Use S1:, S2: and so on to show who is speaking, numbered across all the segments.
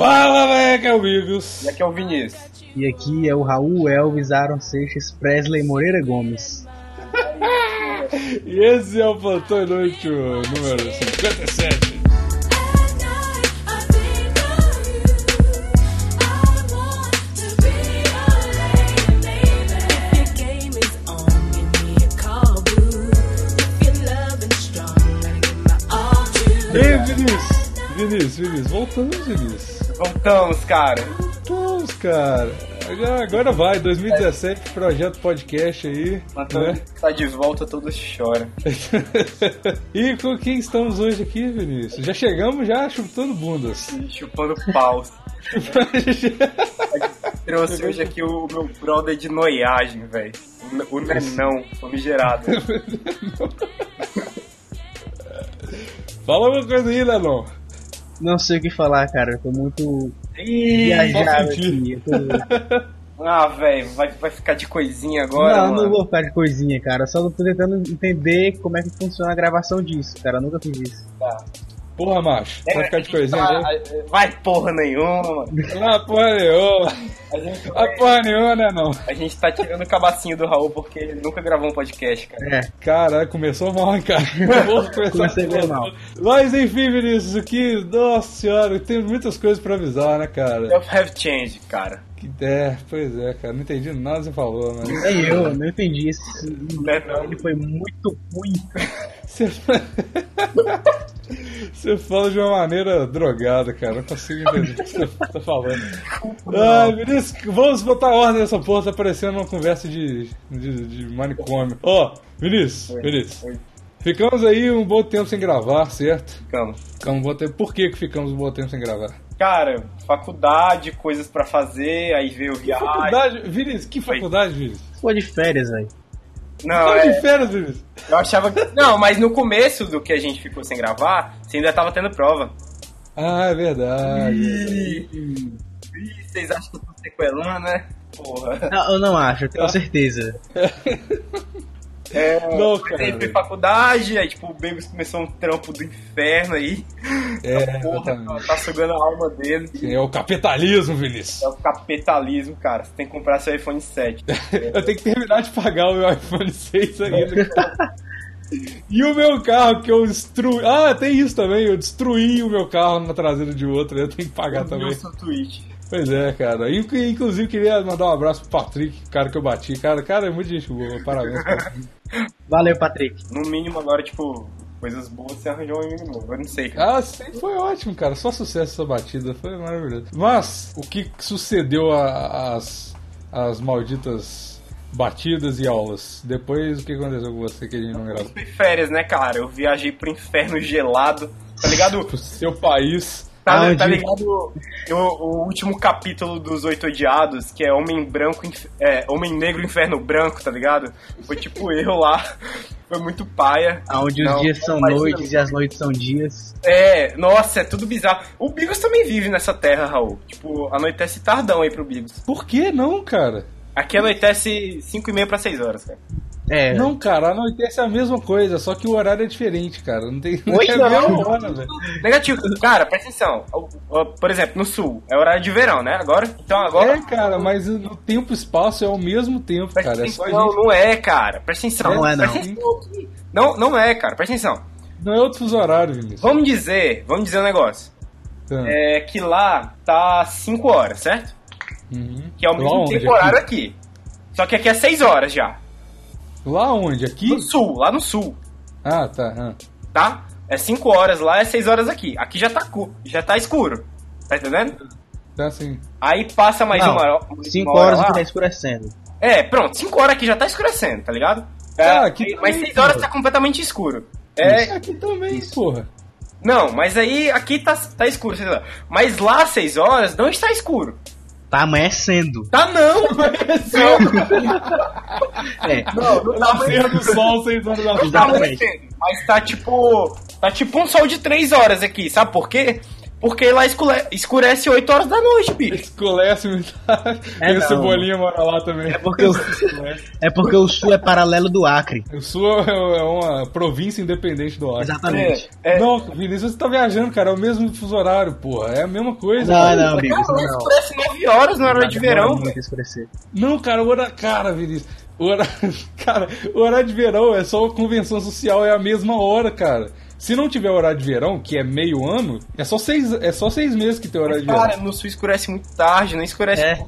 S1: Fala, velho, que é o Bigos.
S2: E aqui é o Vinícius.
S3: E aqui é o Raul Elvis Aaron Seixas Presley Moreira Gomes.
S1: E esse é o Plantão Inútil número 57. Ei, Vinícius! Vinícius, Vinícius, voltamos, Vinícius.
S2: Voltamos, cara.
S1: Né? Voltamos, cara. Agora, agora vai, 2017, projeto podcast aí.
S2: Plantão
S1: né?
S2: tá de volta, todos choram.
S1: e com quem estamos hoje aqui, Vinícius? Já chegamos já chutando bundas.
S2: Chupando paus. Trouxe hoje aqui o meu brother de noiagem, velho. O Nenão, famigerado.
S1: Fala uma coisa aí, Lenon.
S3: Não sei o que falar, cara. Eu tô muito
S2: Ih,
S3: viajado
S1: senti.
S3: aqui. Eu tô-
S2: Ah, velho, vai, vai ficar de coisinha agora,
S3: Não,
S2: mano.
S3: não vou ficar de coisinha, cara. Eu Só tô tentando entender como é que funciona a gravação disso, cara. Eu nunca fiz isso.
S2: Tá.
S1: Porra, macho. Vai ficar de coisinha né?
S2: Ah,
S1: aí?
S2: vai porra nenhuma.
S1: Ah, porra nenhuma.
S2: A gente,
S1: Ah, porra nenhuma, né, não?
S2: a gente tá tirando o cabacinho do Raul porque ele nunca gravou um podcast, cara.
S3: É,
S1: Cara, começou mal, hein, cara. Vamos começar
S3: Comecei bem mal.
S1: Mas enfim, Vinícius, o que. Nossa senhora, tem muitas coisas pra avisar, né, cara?
S2: Self have change, cara.
S1: Que é, pois é, cara. Não entendi nada que você falou, né? mas.
S3: nem eu, não entendi isso.
S2: Nenão.
S3: Ele foi muito ruim.
S1: Você... você fala de uma maneira drogada, cara. Não consigo entender o que você tá falando. Ah, Vinícius, vamos botar ordem nessa porra. Tá parecendo uma conversa de, de, de manicômio. Ó, Vinícius, Vinícius.
S2: Oi.
S1: Ficamos aí um bom tempo sem gravar, certo?
S2: Ficamos.
S1: Ficamos um bom tempo. Por que, que ficamos um bom tempo sem gravar?
S2: Cara, faculdade, coisas pra fazer, aí veio viagem.
S1: Faculdade, Vinícius, que faculdade, Vinícius?
S3: Pô, de férias, velho.
S2: Não,
S1: Tava de
S2: é,
S1: férias, Vinícius.
S2: eu achava que. Não, mas no começo do que a gente ficou sem gravar, você ainda tava tendo prova.
S1: Ah, é verdade.
S2: Ih, ih, vocês acham que eu tô sequelando, né? Porra.
S3: Não, eu não acho, eu tenho certeza.
S2: É,
S1: Não, cara.
S2: Aí fui faculdade, aí tipo, o Bengals começou um trampo do inferno aí.
S1: É,
S2: Porra,
S1: exatamente.
S2: tá sugando a alma dele.
S1: É o capitalismo, Vinícius.
S2: É o capitalismo, cara. Você tem que comprar seu iPhone 7.
S1: Eu tenho que terminar de pagar o meu iPhone 6 ainda. E o meu carro que eu destruí. Ah, tem isso também. Eu destruí o meu carro na traseira de outro. Eu tenho que pagar
S2: Viu
S1: também.
S2: seu tweet.
S1: Pois é, cara. E, Inclusive, queria mandar um abraço pro Patrick, o cara que eu bati. Cara, cara é muito gente boa. Parabéns, cara.
S3: Valeu, Patrick.
S2: No mínimo, agora, tipo, coisas boas você arranjou um inimigo novo. Eu não sei, cara.
S1: Ah, sim, foi ótimo, cara. Só sucesso essa batida, foi maravilhoso. Mas o que sucedeu às as malditas batidas e aulas? Depois o que aconteceu com você que a gente não
S2: Eu
S1: gravou?
S2: fui férias, né, cara? Eu viajei pro inferno gelado. Tá ligado?
S1: O seu país.
S2: Tá,
S3: Aonde?
S2: tá ligado o, o último capítulo dos Oito Odiados, que é Homem Branco, Inf- é, Homem Negro Inferno Branco, tá ligado? Foi tipo eu lá. Foi muito paia.
S3: Onde os
S2: Não,
S3: dias são
S2: mas-
S3: noites e as noites são dias.
S2: É, nossa, é tudo bizarro. O Bigos também vive nessa terra, Raul. Tipo, anoitece tardão aí pro Bigos.
S1: Por que não, cara?
S2: Aqui anoitece 5 e meia pra 6 horas, cara.
S3: É,
S1: Não, cara, anoitece é a mesma coisa, só que o horário é diferente, cara. Não tem.
S3: Oi,
S1: é a
S3: não.
S1: mesma hora, velho.
S2: Negativo. Cara, presta atenção. O- o- Por exemplo, no sul, é horário de verão, né? Agora? Então agora.
S1: É, cara, mas no tempo e espaço é ao mesmo tempo,
S2: Presta
S1: cara. É só
S2: atenção,
S1: a
S2: não,
S1: gente.
S2: é, cara. Presta atenção.
S3: Não é, não.
S2: Presta atenção aqui. Não, não é, cara. Presta atenção.
S1: Não é outro fuso horário, Vinícius.
S2: Vamos dizer, vamos dizer um negócio.
S1: Tá.
S2: É que lá tá 5 horas, certo?
S1: Uhum.
S2: Que é o
S1: Lá
S2: mesmo
S1: onde?
S2: tempo horário aqui. Só que aqui é 6 horas já.
S1: Aqui? Lá onde? Aqui?
S2: No sul, lá no sul.
S1: Ah, tá. ah.
S2: tá? É 5 horas lá, é 6 horas aqui. Aqui já tá, cu- já tá escuro. Tá entendendo?
S1: Tá sim.
S2: Aí passa mais
S3: Não,
S2: uma hora. uma
S3: 5
S2: hora
S3: horas
S2: lá.
S3: que tá escurecendo.
S2: É, pronto, 5 horas aqui já tá escurecendo, tá ligado? É,
S1: Ah, aqui
S2: mas
S1: também,
S2: 6 horas
S1: cara.
S2: tá completamente escuro.
S1: Isso
S2: É,
S1: aqui também, porra.
S2: não, mas aí aqui tá, tá escuro, sei lá. Mas lá 6 horas não está escuro.
S3: Tá amanhecendo.
S2: Tá não!
S3: É,
S2: não, não tá
S1: Nascer do sol, seis horas da
S2: Tá
S3: Exatamente.
S2: amanhecendo, mas tá tipo. Tá tipo um sol de 3 horas aqui, sabe por quê? Porque lá escure- escurece 8 horas da noite, bicho.
S1: Escolece metade.
S3: É,
S1: e o
S3: não.
S1: Cebolinha mora lá também.
S3: É porque, o, é porque o sul é paralelo do Acre.
S1: O Sul é uma província independente do Acre.
S3: Exatamente.
S2: É, é,
S1: Não, Vinícius, você tá viajando, cara. É o mesmo fuso horário, porra. É a mesma coisa.
S3: Não, não, amigo.
S2: Cara,
S3: Isso
S2: lá
S3: não.
S2: escurece 9 horas na hora de
S3: Demora
S2: verão.
S3: muito a escurecer.
S1: Não, cara, o horário. Cara, Vinícius. O horário... Cara, o horário de verão é só uma convenção social, é a mesma hora, cara. Se não tiver horário de verão, que é meio ano, é só seis, é só seis meses que tem horário de verão.
S2: Cara, no sul escurece muito tarde, não escurece.
S3: É.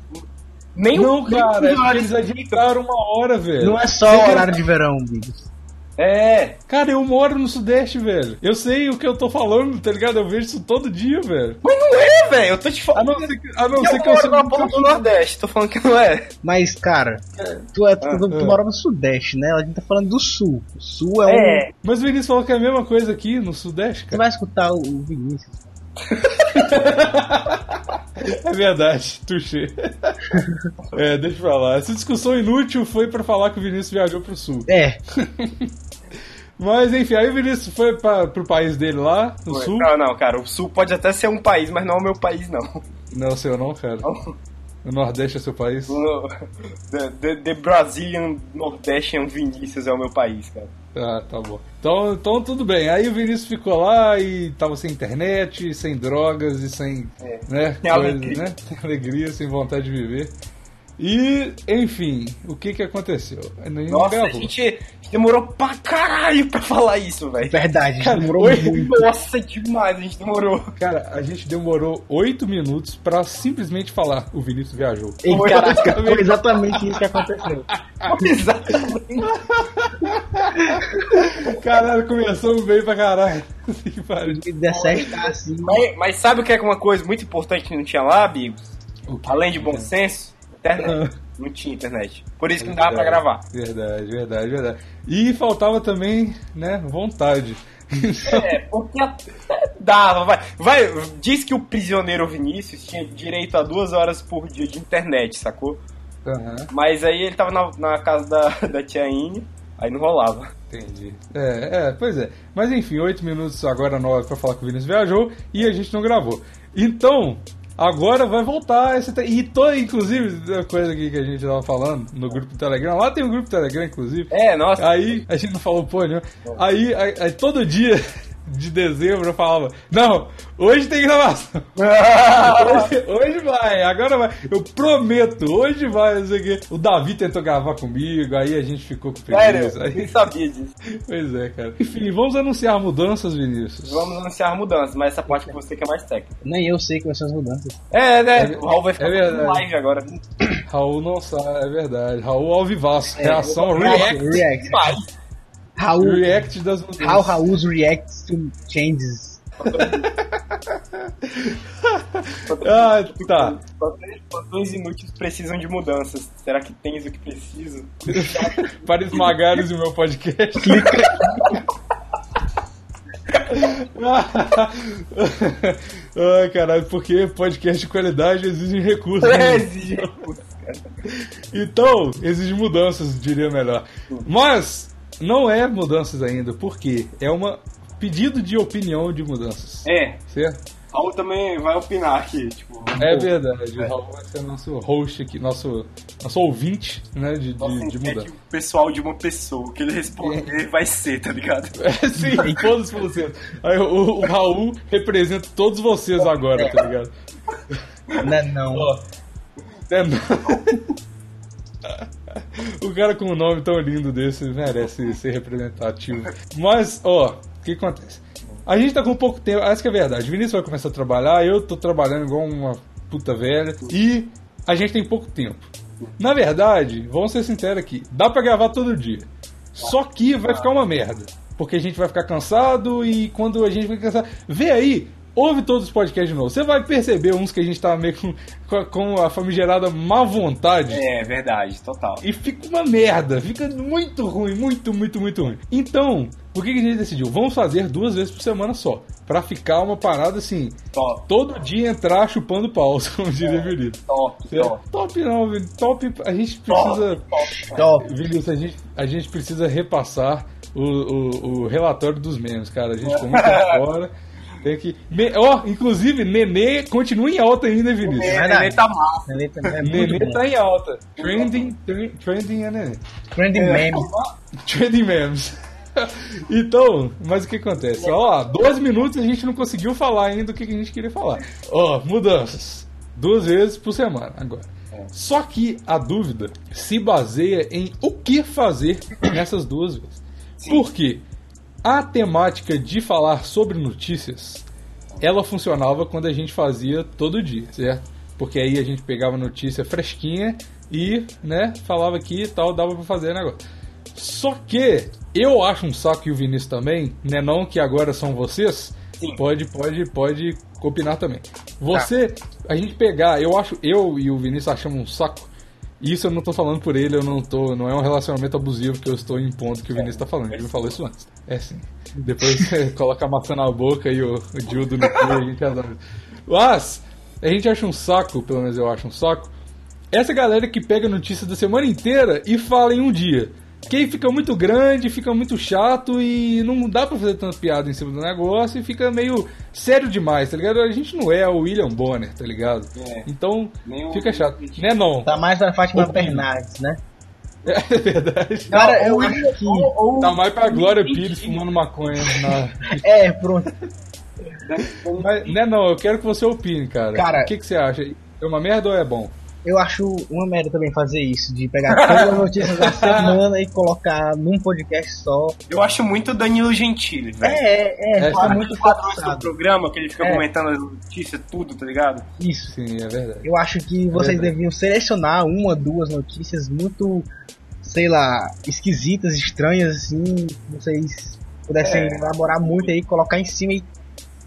S2: Nem
S1: Não,
S2: nem
S1: cara, é
S2: uma
S1: porque
S2: hora
S1: eles
S2: direito.
S1: adiantaram uma hora, velho.
S3: Não é só o horário de verão, amigo.
S2: É,
S1: Cara, eu moro no Sudeste, velho. Eu sei o que eu tô falando, tá ligado? Eu vejo isso todo dia, velho.
S2: mas não é, velho. Eu tô te
S1: A
S2: falando.
S1: Ah, não ser que, a não
S2: Eu
S1: ser que eu
S2: moro
S1: seja
S2: na
S1: um
S2: porra do Nordeste, tô falando que não é.
S3: Mas, cara, tu, é, tu, tu
S1: ah.
S3: mora no Sudeste, né? A gente tá falando do Sul. O Sul é um.
S2: É.
S1: Mas o Vinícius falou que é a mesma coisa aqui no Sudeste,
S3: Você
S1: cara.
S3: vai escutar o, o Vinícius.
S1: É verdade, tuxê. é, deixa eu falar. Essa discussão inútil foi pra falar que o Vinícius viajou pro Sul.
S3: É,
S1: Mas enfim, aí o Vinícius foi pra, pro país dele lá, no Sul.
S2: Não, não, cara. O sul pode até ser um país, mas não é o meu país, não.
S1: Não, seu não, cara. O Nordeste é seu país.
S2: No- The, the, the Brazilian Nordestian Vinícius é o meu país, cara.
S1: Ah, tá bom. Então, então tudo bem. Aí o Vinícius ficou lá e tava sem internet, sem drogas e sem.
S2: É.
S1: Né,
S2: Sem alegria.
S1: né? Sem alegria, sem vontade de viver. E, enfim, o que que aconteceu? A gente não
S2: Nossa, a
S1: gravou.
S2: gente, a gente demorou pra caralho pra falar isso, velho.
S3: verdade, a gente demorou
S1: oi.
S3: muito.
S2: Nossa, demais, a gente demorou.
S1: Cara, a gente demorou oito minutos pra simplesmente falar o Vinícius viajou.
S3: E,
S2: Foi
S3: caraca, foi exatamente isso que aconteceu.
S2: Exatamente.
S1: Caralho,
S2: um
S1: começamos bem pra caralho. Que pariu.
S3: 2017 tá assim.
S2: mas, mas sabe o que é uma coisa muito importante que não tinha lá, amigos?
S1: O que-
S2: Além de bom senso, internet.
S1: É. Ah. É.
S2: Não tinha internet. Por isso que não dava pra
S1: Verdade,
S2: gravar.
S1: Verdade, verdade, verdade. E faltava também, né, vontade. Então,
S2: É, porque até dava, vai. Vai, diz que o prisioneiro Vinícius tinha direito a duas horas por dia de internet, sacou?
S1: aham,
S2: Mas aí ele tava na, na casa da, da tia Ine, aí não rolava.
S1: entendi. É, é, pois é. Mas enfim, oito minutos agora nove pra falar que o Vinícius viajou e a gente não gravou. Então, agora vai voltar esse... te- E tô, inclusive, a coisa aqui que a gente tava falando no grupo do Telegram. Lá tem um grupo do Telegram, inclusive.
S2: É, nossa.
S1: Aí a gente não falou pô nenhum. Aí, aí- aí todo dia de dezembro eu falava: Não, hoje tem gravação. Hoje, hoje vai, agora vai. Eu prometo, hoje vai. Não sei o, quê. o Davi tentou gravar comigo, aí a gente ficou com
S2: Sério,
S1: preguiça.
S2: eu nem
S1: Aí,
S2: sabia disso.
S1: pois é, cara. Enfim, vamos anunciar mudanças, Vinícius.
S2: Vamos anunciar mudanças, mas essa parte que você que é mais técnica.
S3: Nem eu sei quais são as mudanças.
S2: É, né?
S1: É-
S2: o Raul vai ficar
S1: é
S2: fazendo
S1: verdade.
S2: live agora.
S1: Raul não sabe, é verdade. Raul Alvivaço, reação
S3: Raul,
S1: react.
S3: React.
S2: É Vai.
S3: Raul,
S1: React das mudanças.
S3: how Raul's reacts to changes.
S1: Ah, tá.
S2: Fatores inúteis precisam de mudanças. Será que tens o que preciso?
S1: Para esmagar o meu podcast. Ai, caralho, porque podcast de qualidade exige recursos.
S2: Treze.
S1: Então, exige mudanças, diria melhor. Mas, não é mudanças ainda, porque é uma pedido de opinião de mudanças.
S2: É,
S1: Certo?
S2: Raul também vai opinar aqui, tipo.
S1: É verdade. O Raul vai ser nosso host aqui, nosso, nosso ouvinte né, de,
S2: Nossa,
S1: de, de
S2: é
S1: mudança.
S2: que o pessoal de uma pessoa, o que ele responder vai ser, tá ligado?
S1: É, Sim, todos vocês. Aí, o, o Raul representa todos vocês agora, tá ligado?
S3: Não, não.
S1: Ó, é, não. o cara com um nome tão lindo desse merece ser representativo. Mas, ó, o que acontece? A gente tá com pouco tempo, acho que é verdade. O Vinícius vai começar a trabalhar, eu tô trabalhando igual uma puta velha. E a gente tem pouco tempo. Na verdade, vamos ser sinceros aqui, dá pra gravar todo dia. Só que vai ficar uma merda. Porque a gente vai ficar cansado e quando a gente fica cansado. Vê aí, ouve todos os podcasts de novo. Você vai perceber uns que a gente tá meio com, com a- com a famigerada má vontade.
S2: É, verdade, total.
S1: E fica uma merda, fica muito ruim, muito, muito, muito ruim. Então, o que que a gente decidiu? Vamos fazer duas vezes por semana só. Pra ficar uma parada assim,
S2: Top,
S1: todo dia entrar chupando paus, como diria o Vinícius.
S2: É, top, top.
S1: Top não, Vini, top. A gente precisa.
S3: Top.
S1: Vinícius, a gente, a gente precisa repassar o, o, o relatório dos memes, cara. A gente ficou muito fora. Tem que. Ne- Ó, inclusive, Nenê continua em alta ainda, Vinícius.
S2: É,
S3: Verdade.
S2: ele tá massa.
S3: Ele também é muito
S1: Nenê
S3: bom.
S1: tá em alta. Trending, tre- trending é Nenê.
S3: Trending meme.
S1: Trading Memes. Então, mas o que acontece? Ó, lá, 12 minutos e a gente não conseguiu falar ainda o que que a gente queria falar. Ó, mudanças. Duas vezes por semana agora. Só que a dúvida se baseia em o que fazer nessas duas vezes. Porque a temática de falar sobre notícias, ela funcionava quando a gente fazia todo dia, certo? Porque aí a gente pegava notícia fresquinha e, né, falava aqui e tal, dava pra fazer negócio. Só que eu acho um saco e o Vinícius também, né? Não que agora são vocês.
S2: Sim.
S1: Pode, pode, pode opinar também. Você, a gente pegar, eu acho, eu e o Vinícius achamos um saco. Isso eu não tô falando por ele, eu não tô. Não é um relacionamento abusivo que eu estou impondo que o Vinícius tá falando. Ele me falou isso antes. É sim. Depois você coloca a maçã na boca e o, o dildo no cu e a gente resolve. Mas, a gente acha um saco, pelo menos eu acho um saco, essa galera que pega notícia da semana inteira e fala em um dia. Que aí fica muito grande, fica muito chato e não dá pra fazer tanta piada em cima do negócio e fica meio sério demais, tá ligado? A gente não é o William Bonner, tá ligado?
S2: É.
S1: Então
S2: Meio-
S1: fica chato. Né, não?
S3: Tá mais pra Fátima
S1: Ô,
S3: Bernardes, né?
S1: É verdade.
S3: Cara, eu
S2: ou-
S3: acho que.
S2: ou-
S1: Tá mais pra Glória Pires fumando maconha. Na...
S3: É, pronto.
S1: Mas, né, não? Eu quero que você opine, cara.
S3: Cara-
S1: o que, que você acha? É uma merda ou é bom?
S3: Eu acho uma merda também fazer isso, de pegar todas as notícias da semana e colocar num podcast só.
S2: Eu acho muito Danilo Gentili, velho.
S3: É, é,
S1: É,
S3: é tá
S1: sim.
S3: muito
S2: quadrões do
S3: forçado.
S2: programa, que ele fica
S3: É.
S2: comentando as notícias, tudo, tá ligado?
S3: Isso.
S1: Sim, é verdade.
S3: Eu acho que vocês
S1: verdade.
S3: deviam selecionar uma, duas notícias muito, sei lá, esquisitas, estranhas, assim, que vocês pudessem
S2: É.
S3: elaborar muito aí, colocar em cima e.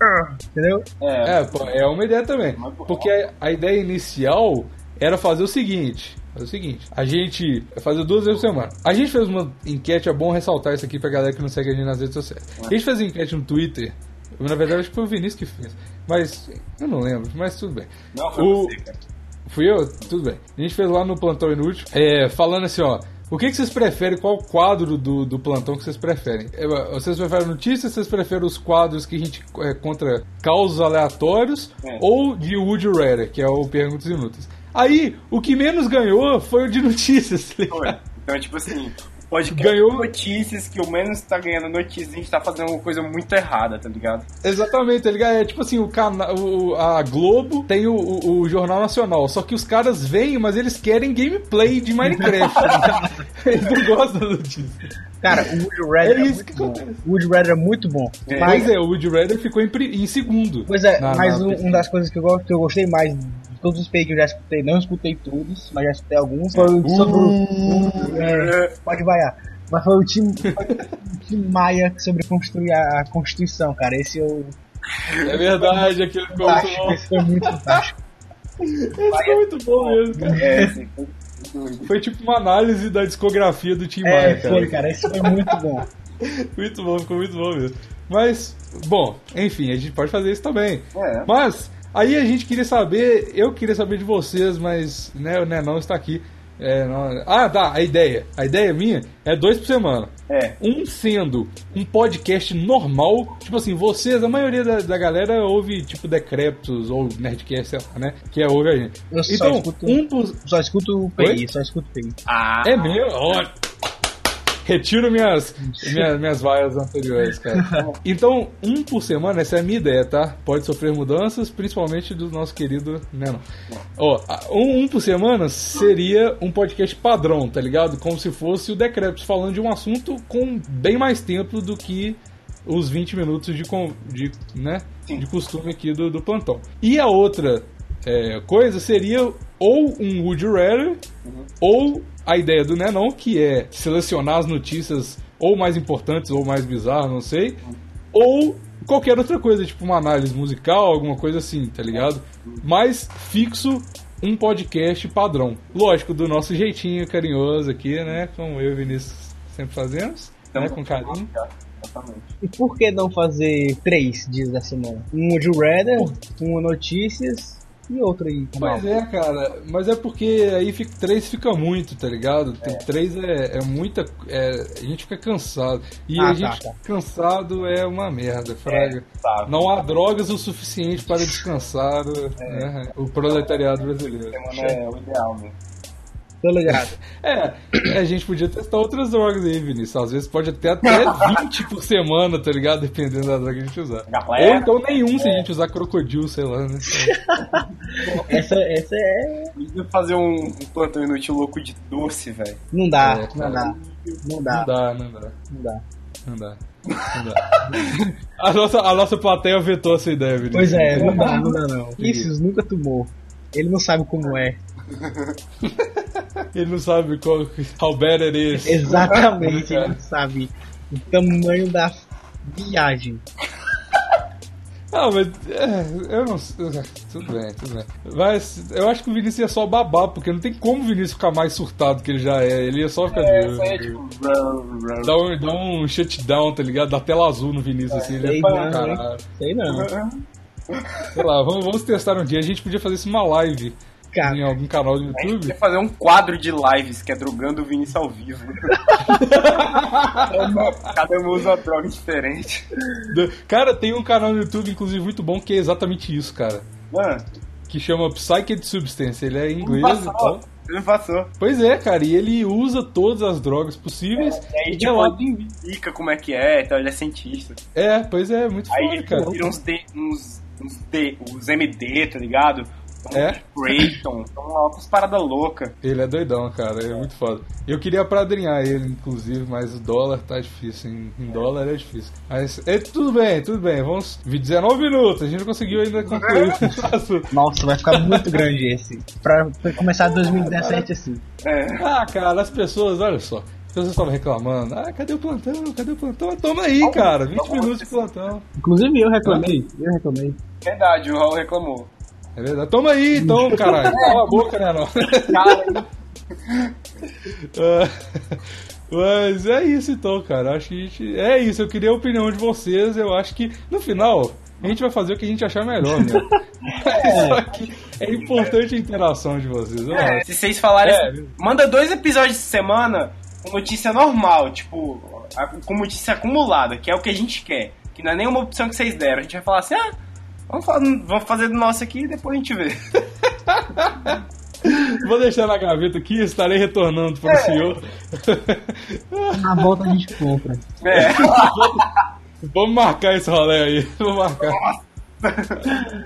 S3: Ah, Entendeu?
S2: É.
S1: É, pô, é uma ideia também.
S2: Mas, pô,
S1: Porque a- a ideia inicial era fazer o seguinte. Fazer o seguinte, a gente fazer duas vezes por semana. A gente fez uma enquete, é bom ressaltar isso aqui pra galera que não segue a gente nas redes sociais. A gente fez uma enquete no Twitter. eu, Na verdade, acho que foi o Vinícius que fez. Mas eu não lembro, mas tudo bem.
S2: Não, foi
S1: O-
S2: você, cara.
S1: Fui eu? Tudo bem. A gente fez lá no Plantão Inútil, é, falando assim, ó. O que, que vocês preferem? Qual quadro do, do plantão que vocês preferem? É, Vocês preferem notícias? Vocês preferem os quadros que a gente é, contra causos aleatórios?
S2: É.
S1: Ou de Would You Rather, que é o Perguntas Inúteis? Aí, o que menos ganhou foi o de notícias. tá ligado?
S2: Foi. Então, tipo assim, pode
S1: Ganhou.
S2: notícias que o menos tá ganhando notícias, a gente tá fazendo uma coisa muito errada, tá ligado?
S1: Exatamente, tá ligado? É tipo assim, o cana o, a Globo tem o, o- o Jornal Nacional, só que os caras vêm, mas eles querem gameplay de Minecraft. tá ligado? Eles não gostam da notícia.
S3: Cara, o Wood
S1: É
S3: Red é,
S1: isso
S3: muito
S1: que
S3: bom.
S1: acontece.
S3: O Wood Red é muito bom.
S2: É.
S1: Pois
S3: Mas,
S1: é, o Would You Rather ficou em, pri- em segundo.
S3: pois é,
S1: Na-
S3: mas
S1: na
S3: um-
S1: pesquisa.
S3: uma das coisas que eu, gosto, que eu gostei mais de todos os peitos que eu já escutei, não escutei todos, mas já escutei alguns, foi
S1: Uh.
S3: o sobre o- o- é, Pode vaiar. Mas foi o time, o time Maia sobre construir a a Constituição, cara. Esse eu
S1: É verdade, aquele ficou muito
S3: acho
S1: bom.
S3: que esse foi muito fantástico.
S1: Esse ficou muito bom mesmo, cara.
S2: É, assim, foi-
S1: Foi tipo uma análise da discografia do Tim
S3: É,
S1: Maia, cara.
S3: foi, cara. Esse foi muito bom.
S1: Muito bom, ficou muito bom mesmo. Mas, bom, enfim, a gente pode fazer isso também.
S2: É.
S1: Mas, aí a gente queria saber, eu queria saber de vocês, mas né, o Nenão está aqui. É, não- Ah, tá, a ideia. A ideia minha é dois por semana.
S2: É.
S1: Um sendo um podcast normal, tipo assim, vocês, a maioria da, da galera ouve tipo Decreptos ou Nerdcast, sei lá, né? Que é ouve a gente.
S3: Eu só
S1: então,
S3: escuto-
S1: um por,
S3: Só escuto o
S1: Oi?
S3: PI, só escuto o PI.
S2: Ah,
S1: é meu? Ó. Retiro minhas, minhas, minhas vaias anteriores, cara. Então, um por semana, essa é a minha ideia, tá? Pode sofrer mudanças, principalmente do nosso querido Neno. Ó, a- um, um por semana seria um podcast padrão, tá ligado? Como se fosse o Decretos falando de um assunto com bem mais tempo do que os 20 minutos de, con- de, né,
S2: Sim.
S1: de costume aqui do, do plantão. E a outra é, coisa seria ou um Would You Rather, ou a ideia do Nenon, que é selecionar as notícias ou mais importantes ou mais bizarras, não sei, ou qualquer outra coisa, tipo uma análise musical, alguma coisa assim, tá ligado? Mas fixo um podcast padrão. Lógico, do nosso jeitinho carinhoso aqui, né? Como eu e o Vinícius sempre fazemos, né? Com carinho.
S2: tá Exatamente.
S3: E por que não fazer três dias da semana? Um de Redder, um notícias E outra aí. Mal.
S1: Pois é, cara. Mas é porque aí fica, três fica muito, tá ligado? Tem, Três é, é muita. é, a gente fica cansado. E
S3: Ah,
S1: a
S3: tá,
S1: gente
S3: tá.
S1: cansado é uma merda, Fraga.
S2: tá.
S1: Não há drogas o suficiente para descansar
S3: É.
S1: né, o proletariado brasileiro.
S2: Semana é o ideal, né?
S3: Tô ligado.
S1: É, a gente podia testar outras drogas aí, Vinícius. Às vezes pode até até 20 por semana, tá ligado? Dependendo da droga que a gente usar.
S2: Galera.
S3: é.
S1: Ou então nenhum se a gente usar crocodilo, sei lá, né?
S3: Essa, essa é.
S2: Precisa fazer um, um plantão inútil louco de doce, velho.
S3: Não dá,
S1: É, cara.
S3: não dá. tá Não
S1: Não
S3: dá,
S1: dá, não dá.
S3: não dá.
S1: Não dá. Não dá. A nossa, a nossa plateia vetou essa ideia, Vinícius.
S3: Pois é, não dá, não dá não.
S1: Entendi.
S3: Isso nunca tomou. Ele não sabe como é.
S1: Ele não sabe qual, how bad it is.
S3: Exatamente,
S1: Cara.
S3: ele não sabe o tamanho da viagem.
S1: Ah, mas é, eu não sei. Tudo bem, tudo bem. Mas eu acho que o Vinícius ia só babar, porque não tem como o Vinícius ficar mais surtado que ele já é. Ele ia só ficar.
S2: é
S1: tipo,
S2: tipo-
S1: Dá um, dá um shutdown, tá ligado? Dá tela azul no Vinícius, assim. Ele
S3: Sei
S1: ia falar,
S3: não, hein?
S1: caralho.
S3: Sei não.
S1: Sei lá, vamos, vamos testar um dia. A gente podia fazer isso numa live em
S3: Cara,
S1: algum canal do
S2: A gente
S1: YouTube.
S2: podia fazer um quadro de lives que é drogando o Vinícius ao vivo. Cada um usa uma droga diferente.
S1: Cara, tem um canal no YouTube, inclusive, muito bom, que é exatamente isso, cara.
S2: Mano,
S1: Que chama Psyched Substance. Ele é em inglês e
S2: passou.
S1: tal.
S2: Ele não passou.
S1: Pois é, cara, e ele usa todas as drogas possíveis. é
S2: E aí, tipo,
S1: relata em
S2: ele explica como é que é e tal, ele é cientista.
S1: É, pois é, muito
S2: Aí
S1: foda,
S2: ele
S1: cara.
S2: vira um uns D, uns, uns D, uns MD, tá ligado?
S1: É.
S2: Creighton, são altas paradas loucas.
S1: Ele é doidão, cara, é muito foda. Eu queria padrinhar ele, inclusive, mas o dólar tá difícil. Em, em dólar é difícil. Mas é, tudo bem, tudo bem. Vamos. 19 minutos, a gente não conseguiu ainda concluir
S2: É.
S1: o assunto.
S3: nossa, vai ficar muito grande esse. Pra, pra começar 2017 assim.
S2: É.
S1: Ah, cara, as pessoas, olha só. As pessoas estavam reclamando. Ah, cadê o plantão? Cadê o plantão? Toma aí, cara. 20 minutos de plantão.
S3: Inclusive eu reclamei. Eu reclamei.
S2: Verdade, o Raul reclamou.
S1: É verdade. Toma aí, então, caralho. Cala a boca, né, não?
S2: Cara,
S1: Ah, Mas é isso então, cara. Acho que a gente... é isso. Eu queria a opinião de vocês. Eu acho que no final a gente vai fazer o que a gente achar melhor, né? Só que é importante a interação de vocês. eu
S2: é,
S1: acho.
S2: se vocês falarem. assim,
S1: É.
S2: Manda dois episódios de semana com notícia normal, tipo, a- com notícia acumulada, que é o que a gente quer. Que não é nenhuma opção que vocês deram. A gente vai falar assim, ah, vamos, fa- vamos fazer do nosso aqui e depois a gente vê.
S1: Vou deixar na gaveta aqui. Estarei retornando para o senhor.
S3: Na volta a gente compra.
S2: É,
S1: Vamos marcar esse rolê aí. Vamos marcar.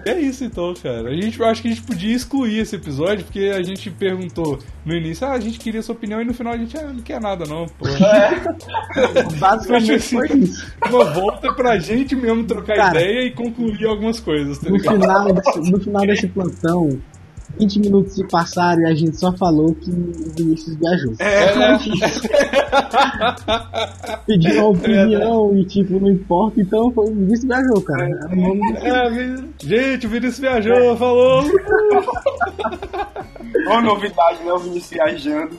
S1: É isso então, cara. A gente eu acho que a gente podia excluir esse episódio porque a gente perguntou no início, ah, a gente queria sua opinião e no final a gente ah, não quer nada não, pô.
S3: Basicamente foi isso.
S1: uma volta pra gente mesmo trocar
S3: Cara.
S1: ideia e concluir algumas coisas, tá
S3: No
S1: ligado?
S3: final, desse, no final desse plantão, 20 minutos se passaram e a gente só falou que o Vinícius viajou. É Pediu uma opinião e tipo, não importa, então foi o Vinícius viajou, cara. Era o nome do-
S1: É, vi- gente, o Vinícius viajou, falou.
S2: uma novidade, né? O Vinícius viajando.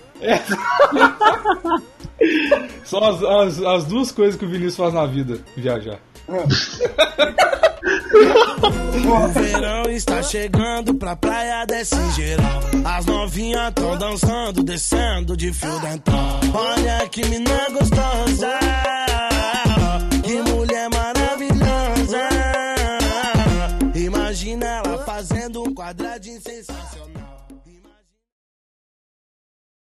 S1: Só as, as, as duas coisas que o Vinícius faz na vida: viajar.
S4: O verão está chegando pra praia desse geral. As novinhas tão dançando, descendo de fio dental. Olha que mina gostosa, que mulher um